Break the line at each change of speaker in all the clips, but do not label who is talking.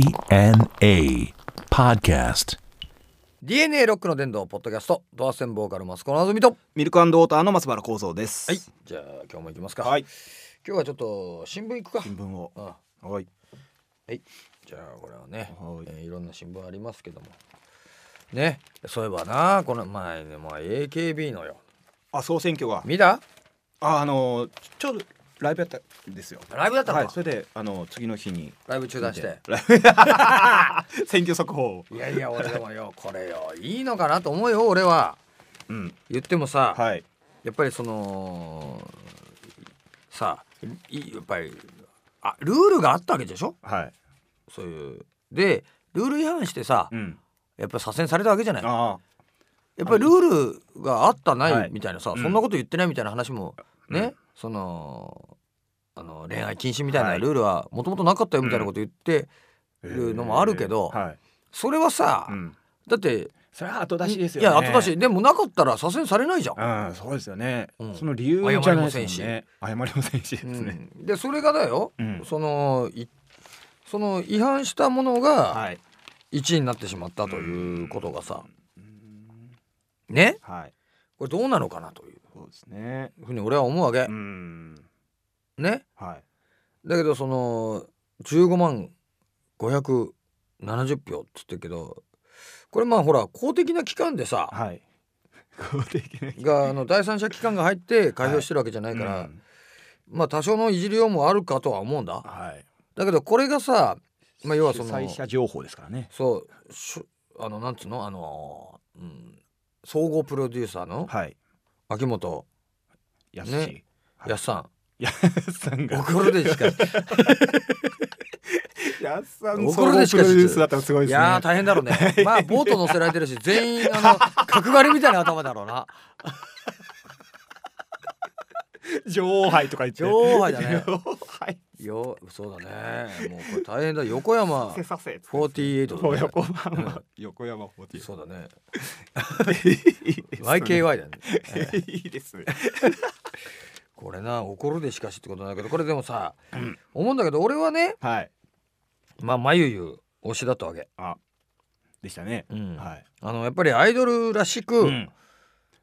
DNA Podcast.
DNA ロックの伝道ポッドキャストドアセンボーカルマスコのあずみと
ミルクウォーターの松原幸三です。
はいじゃあ今日も行きますか、
はい。
今日はちょっと新聞行くか
新聞を。
あ
はい。
はいじゃあこれはね、
はい
いえーいろんな新聞ありますけどもねそういえばなこの前ね、まあ、AKB のよ
あ、総選挙が。
見た
あ、あのー、ちょうどライブやったんですよ。
ライブだったのか、
はい。それで、あのー、次の日に。
ライブ中断して
ライブ。 選挙速報を。
いやいや俺でもよ これよいいのかなと思うよ俺は
うん。
言ってもさ、
はい。
やっぱりそのさいやっぱりあルールがあったわけでしょ
はい。
そういうでルール違反してさ、
うん。
やっぱり左遷されたわけじゃないや
あ
っぱりルールがあったな
はいい
みたいなさ、
うん
そんなこと言ってないみたいな話もね、
うん
そのあの恋愛禁止みたい
は
ないルールはもともとなかったよみたいなこと言って
あ。
るのもあるけど
えーはい。
それはさ、
うん。
だって
それは後出しですよ、
い
ね。
や後出し。でもなかったら左遷されないじゃん。
うん、そうですよね。
うん
その理由じゃないですもんね。謝りませんし。謝りませんしですね。
うんでそれがだよ、
うん
そのいその違反したものが
い。
1位になってしまったということがさ、ね
はい。
これどうなのかなという
そうですね。
ふうに俺は思うわけ
う。ん。
ね
はい。
だけどその15万570票っつってるけどこれまあほら公的な機関でさ
はい。公的な
があの第三者機関が入って開票してるわけじゃないから、
うん
まあ多少のいじりようもあるかとは思うんだ
はい。
だけどこれがさ、まあ、要はそ
主
の
催者情報ですからね。
そうしゅあのなんつうのあの、うん、総合プロデューサーの
はい。
秋元
やす
ね
し。はい
康さん
やすさんが。
怒るでし か
やすさ
怒る
総合プ
で
ロデ
しか
ュースだったらすごい
い
です
やー
ね。
大変だろう ねまあボート乗せられてるし全員あの角刈りみたいな頭だろうな。
女王杯とか言って。
女王杯だね
女王杯。
よそうだねもうこれ大変だ横山
せさせ。
48だね
横山。横山フォーティ
そうだね
は。
YKY だね
いいですね。
これな怒るでしかしってことなんだけどこれでもさ、思うんだけど俺はね
はい。
まあまゆゆ推しだったわけ、
あ。でしたね。
うん
はい。
あのやっぱりアイドルらしく、
うん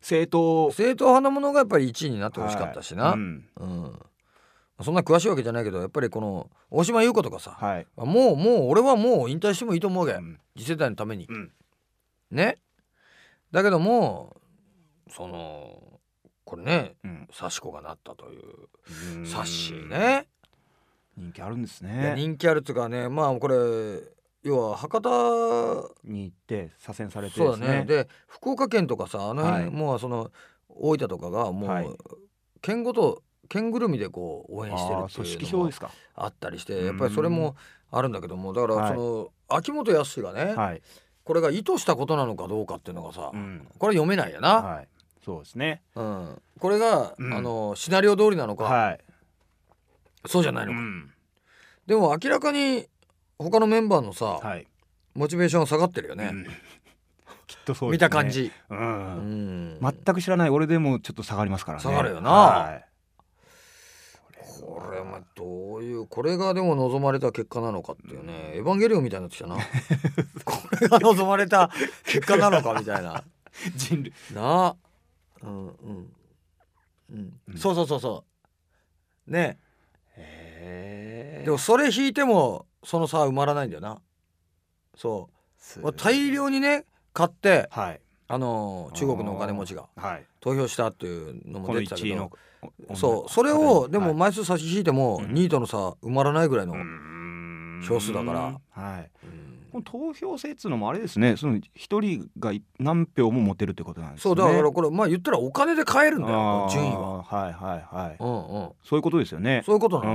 政党。
正統派なものがやっぱり1位になってほしかったしな、
はいう
うん
ん
そんな詳しいわけじゃないけどやっぱりこの大島優子とかさ、
はい。
もうもう俺はもう引退してもいいと思うわけ、
ん
次世代のために、
うん
ねだけどもそのこれね
うん。
幸子がなったというサ
さ
ッ
っ
シ
し
ー。ね
人気あるんです
いや
ね。
人気あるっていうかねまあこれ要は博多
に行って左遷されて
そうだね
ね。
で福岡県とかさあの辺、
はい
もうその大分とかがもう、
はい
県ごと県ぐるみでこう応援してる
ああ
って
組
いう
織
の
票
も
ですか。
あったりしてやっぱりそれもあるんだけどもだから
は
そ
い
の、秋元康がね、
はい。
これが意図したことなのかどうかっていうのがさ、
うん。
これは読めないよな、
はい。そうですね。
うん、これが、
うん
あのシナリオ通りなのか、
はい。
そうじゃないの
う
か、
ん。
でも明らかに他のメンバーのさ、
はい。
モチベーション下がってるよね
う、ん きっとそうですね。
見た感。じ、
う。
うんん
全く知らない俺でもちょっと下がりますからね。
下がるよな
はい
これまあどういうこれがでも望まれた結果なのかっていうね、エヴァンゲリオンみたいになってきたな これが望まれた結果なのかみたいな
人類。
なあうんうん、うん
うん
そうそうそうそうね
へー
でもそれ引いてもその差は埋まらないんだよなそ
す
う、まあ大量にね買って
はい。
あのー中国のお金持ちが
はい。
投票したっていうのも
この
出てた
一
け
位
ど
の。お
そうそれをでも
はい
枚数差し引いても
うん
2位との差埋まらないぐらいの、
うーん
票数だから
はい。
うん
この投票制っつうのもあれですね。その一人が何票も持てるってことなんです
そ
ね。
うだからこれまあ言ったらお金で買えるんだよこ
あー
の順位は。
はいはいはい。
うんうん、
そういうことですよね。
そういうこと
う
な
ー
の、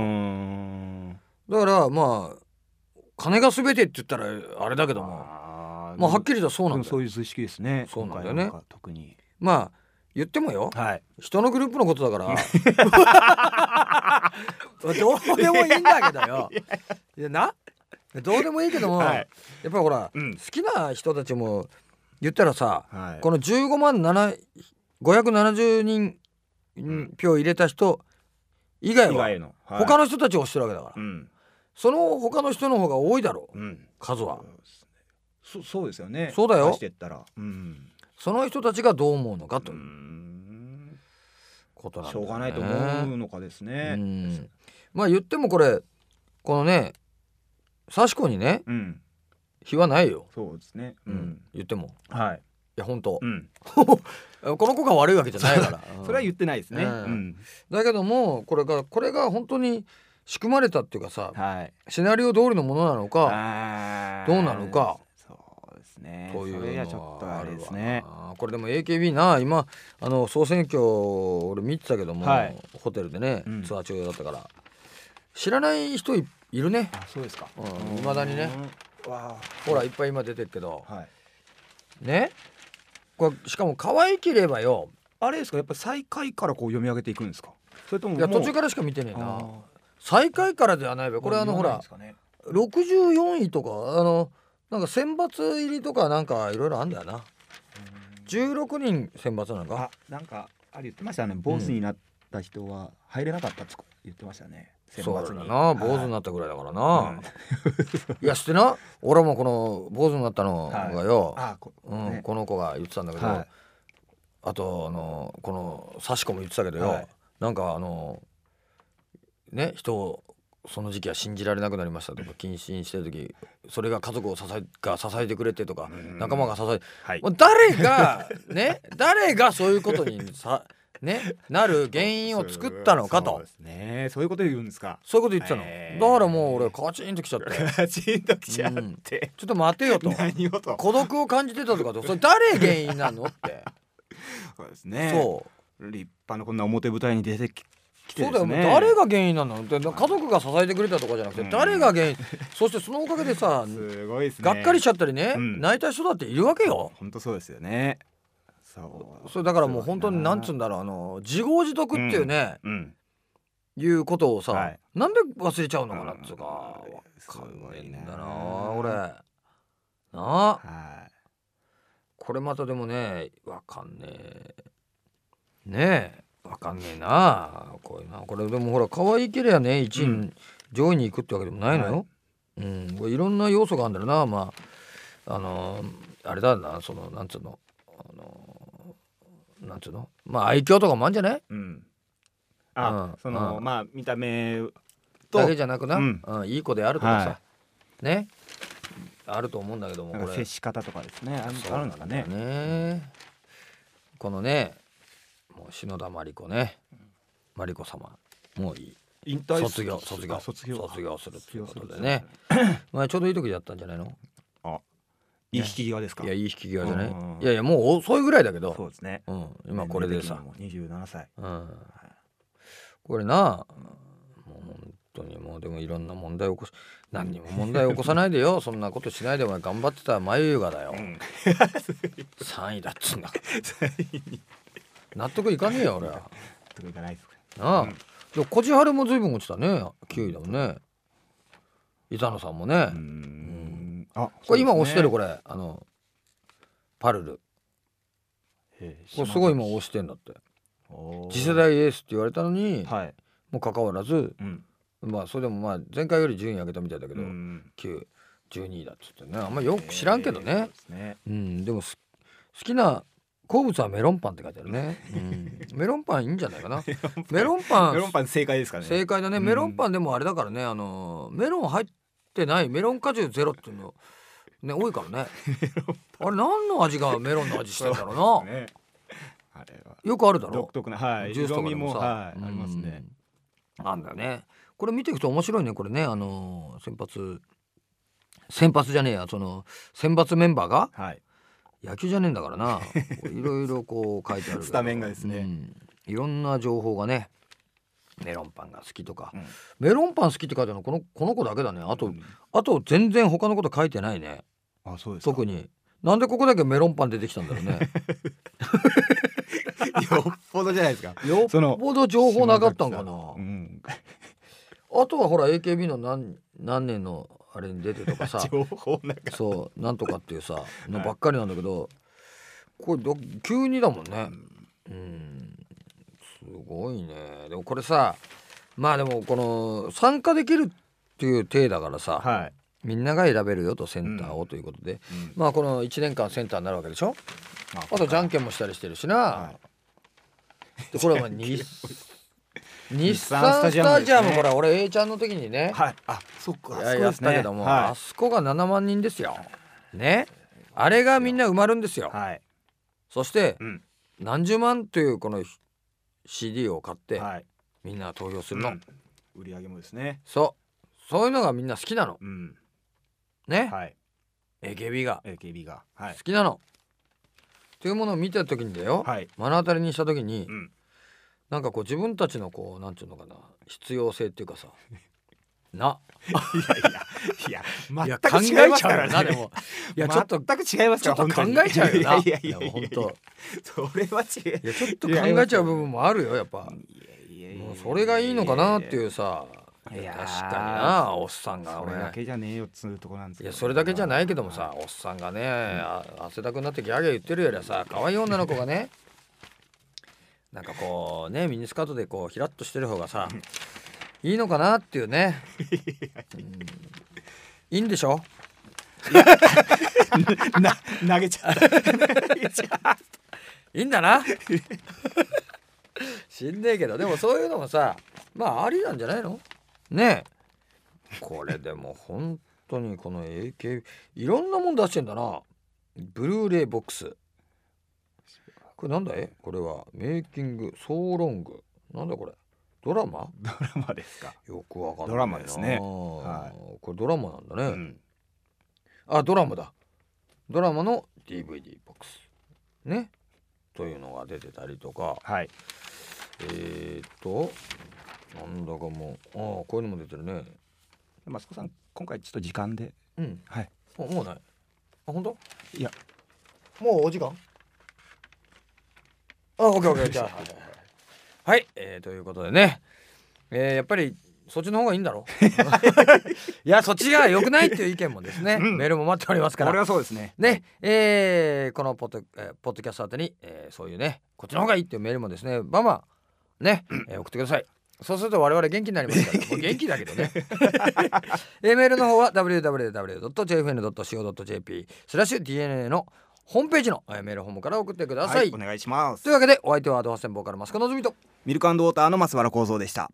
ん。
だからまあ金が全てって言ったらあれだけども
あー
まあはっきりとそう
で
なん
も
だよ
そういう図式ですね。
そうなんだよね
今回は特に。
まあ言ってもよ
はい。
人のグループのことだからどうでもいいんだけど よいやなどうでもいいけども、
はい
やっぱりほら、
うん
好きな人たちも言ったらさ、
はい。
この15万7 570人
ん
票入れた人以外は
以外の、はい
他の人たちを押してるわけだから、
うん。
その他の人の方が多いだろう
うん
数は
そそうですよね
そうだよ
返してったらうん
その人たちがどう思うのかと
う
いうんことなん
し
だ
ょ
よね
うがないと思うのかですね
うんまあ言ってもこれこのね幸子にね
うん
非はないよ、
そうですね
う
うんん
言ってもい
はい
や本当
う、ん
この子が悪いわけじゃない から
それは言ってないですね
う
うんん
だけどもこれがこれが本当に仕組まれたっていうかさ
はい
シナリオ通りのものなのか
あー
どうなのか
そうですね
という
それ
の
は
は
ちょっとあれですね
あるわこれでも AKB な今あの総選挙俺見てたけども、
はい
ホテルでね
うん
ツアー中だったから、知らない人いいるね
あそうですか
うん未だにね
うんわ
ほらいっぱい今出てるけど
あはい
ねこれしかも可愛ければよ
あれですかやっぱ最下位からこう読み上げていくんですかそれとも
いや
もう
途中からしか見てねえ
あ
な
ー
最下位からではないべこれあのほ
もう言
ら
わないんですかね
64位とかあのなんか選抜入りとかなんかいろいろあんだよな16人選抜なのか
あなんかあれ言ってましたね坊主になった人は入れなかったって言ってましたね選
そう
抜
だ
に
な坊主になったぐらいだからな、いやしてな俺もこの坊主になったのがよ、
あこ
うん
ね
この子が言ってたんだけど、
はい
あとあのこの幸子も言ってたけどよ、
はい
なんかあのね人をその時期は信じられなくなりましたとか謹慎してる時それが家族を支えが支えてくれてとか
うん
仲間が支え
はい
もう誰 がね誰がそういうことにさねなる原因を作ったのか
そう
と
ですねそういうこと言うんですか
そういうこと言ってたの、
へー
だからもう俺カチンときちゃって ちょ
カチンときちゃって、
っと待てよと
何をと
孤独を感じてたとかとそれ誰原因なの って、
そうですね
そう
う立派なこんな表舞台に出てききて
そう
で
だ
す
よ、
ね
もう誰が原因なのって家族が支えてくれたとかじゃなくて、
うん
誰が原因そしてそのおかげでさ、
すごいですね
がっかりしちゃったりね、
うん
泣いた人だっているわけよ。
本当そうですよねそう
それだからもう本当になんつう
うん
だろうあの自業自得っていうね、
うん
いうことをさ、
はい
なんで忘れちゃうのかなっつうか、わ
す
か
ごい
ん
な
ないんだな俺。なあ
は
これまたでもねわかんねえねえわかんねえなこういうなこれでもほら可愛いけりゃね一位、
うん
上位に行くってわけでもないのよ、うんこれいろんな要素があるんだろうなまああのあれだなそのなんつうのあのなんつうのまあ愛嬌とかもあるんじゃない
いうんあ、
うん
その、
うん
まあ見た目と
だけじゃなくな、う
うんん
いい子であるとかさ、
は
ねあると思うんだけども
な
こ
ん
れ
か接し方とかですねあ
そう
あるんですかね
なんだよねこのねもう篠田麻里子ね麻里子様もういい
引退す
卒業卒業
あ卒業
卒業すると
卒
いう
業
こ
する
とでねまあちょうどいい時だったんじゃないの
あいい引き際ですか
いやいい引き際じゃない
うん
いやいやもう遅いぐらいだけ
そう
ど、
ですね
うん、今これでさ、
二十七歳
うん、これなもう本当にもうでもいろんな問題起こす何にも問題起こさないで よそんなことしないでお前頑張ってた眉優がだよ、
ん
3位だっつうんだから納得いかねえよ俺は。
とかいかないですか
なあ、
うん
でもこじはるも随分落ちたね9位だもんね板野さんもね、
うーんあ
これ今押してる
こ
これあのパルル
れ
これすごい今押してんだって次世
代
代エースって言われたのに
はい
もかかわらず
うん
まあそれでもまあ前回より順位上げたみたいだけど、
うん
9 12位だっつってねあんまよく知らんけど
えーそ
ね
う、ですね
うんでもす好きな好物はメロンパンって書いてあるね、うん、メロンパンいいんじゃないかなメロンパン
メロンパン正解ですかね
正解だね
うん
メロンパンでもあれだからね、あのメロン入ってないメロン果汁ゼロっていうのね多いから ねあれ何の味がメロンの味してんだろうな
そうですねあれは
よくあるだろ
独特なはい
ジュースとかで
色味
も
も
さ
はい
うん
ありますね
なんだよねこれ見ていくと面白いねこれねあの先発先発じゃねえやその選抜メンバーが
はい
野球じゃねえんだから なこういろいろこう書いてあるけど
スタメンがですね
うんいろんな情報がねメロンパンが好きとか、
うん
メロンパン好きって書いてあるのこのこの子だけだねあとあと全然他のこと書いてないね
あそうですか
特になんでここだけメロンパン出てきたんだろう ね
よっぽどじゃないですか
よ
そ
っ
の
ぽど情報なかったんかな
うん
あとはほら AKB の何何年の あれに出てとかさ
情報なんか
そうなんとかっていうさのばっかりなんだけどこれど急にだもんねうんすごいねでもこれさまあでもこの参加できるという体だからさ、
はい
みんなが選べるよとセンターをということで、まあこの1年間センターになるわけでしょあとじゃんけんもしたりしてるしな、でこれは日 日産スタジアムこれ俺 A ちゃんの時にね、
はいあそっか
い
あそ
や
こで
やっ
すね
たけども、あ
は
そこが7万人ですよねあれがみんな埋まるんですよ、
いはい
そして
うん
何十万というこの CD を買って
はい
みんな投票す
う
るの、
ん売り上げもですね
そうそういうのがみんな好きなの
うん
ね、
はい
AKB が
AKB がはい
好きなの、というものを見てた時にだよ、
はい
目の当たりにした時に、
うん
なんかこう自分たちのこうなんていうのかな必要性っていうかさ ない
やいやいや
考
全
えち
く違いますか
ゃうよ
ら
な
ね
でも
いやちょっと全く違います
ち
か
ょ
ら
っと考
本当に
えちゃうよない
やいやい
で
や
も
い
本
や
当
それは違う
いやちょっと考えちゃう部分もあるよやっぱ
いやいやいや
もうそれがいいのかなっていううさ
いや
いや
いや
確かになおっさんが
そ
俺
れだけじゃねえよっつうとこなんです
い
けど
やそれだけじゃないけどもさおっさんがねあ汗だくになってギャーギャー言ってるよりはさ可愛い女の子がねなんかこうねミニスカートでこうひらっとしてる方がさいいのかなっていう ね、うんいいんでしょ
な投げちゃった
いいんだな 知んねえけどでもそういうのもさまあありなんじゃないのねえこれでも本当にこの AKB いろんなもん出してんだなブルーレイボックスこれなんだいこれはメイキングソーロングなんだこれドラマ
ドラマですか
よくわかんないな
ドラマですねは
これドラマなんだね、
うん
あドラマだドラマの DVD ボックスねというのが出てたりとか
はい
えー、っとなんだかもうああこういうのも出てるね
マスコさん今回ちょっと時間で
うん
はい
あもうないあ本当
いや
もうお時間あオッケーオッケーじゃあはい、はい はいはいえー、ということでねえー、やっぱりそっちの方がいいんだろう いやそっちが良くないっていう意見もですね、
うん
メールも待っております
こ
から
れはそうですね
ね、えーこのポッド、えーポッドキャスト宛てに、えーそういうね、こっちの方がいいっていうメールもですね、バンバンね、えー送ってください。そうすると我々元気になりま すから、もう元気だけどね。 えーメールの方は www.jfn.co.jp スラッシュ DNA のホームページの、えーメールホームから送ってください。
お願いします
というわけで、お相手はアドハセンボーカルマスコのぞみと。
ミルクウォーターの松原幸三でした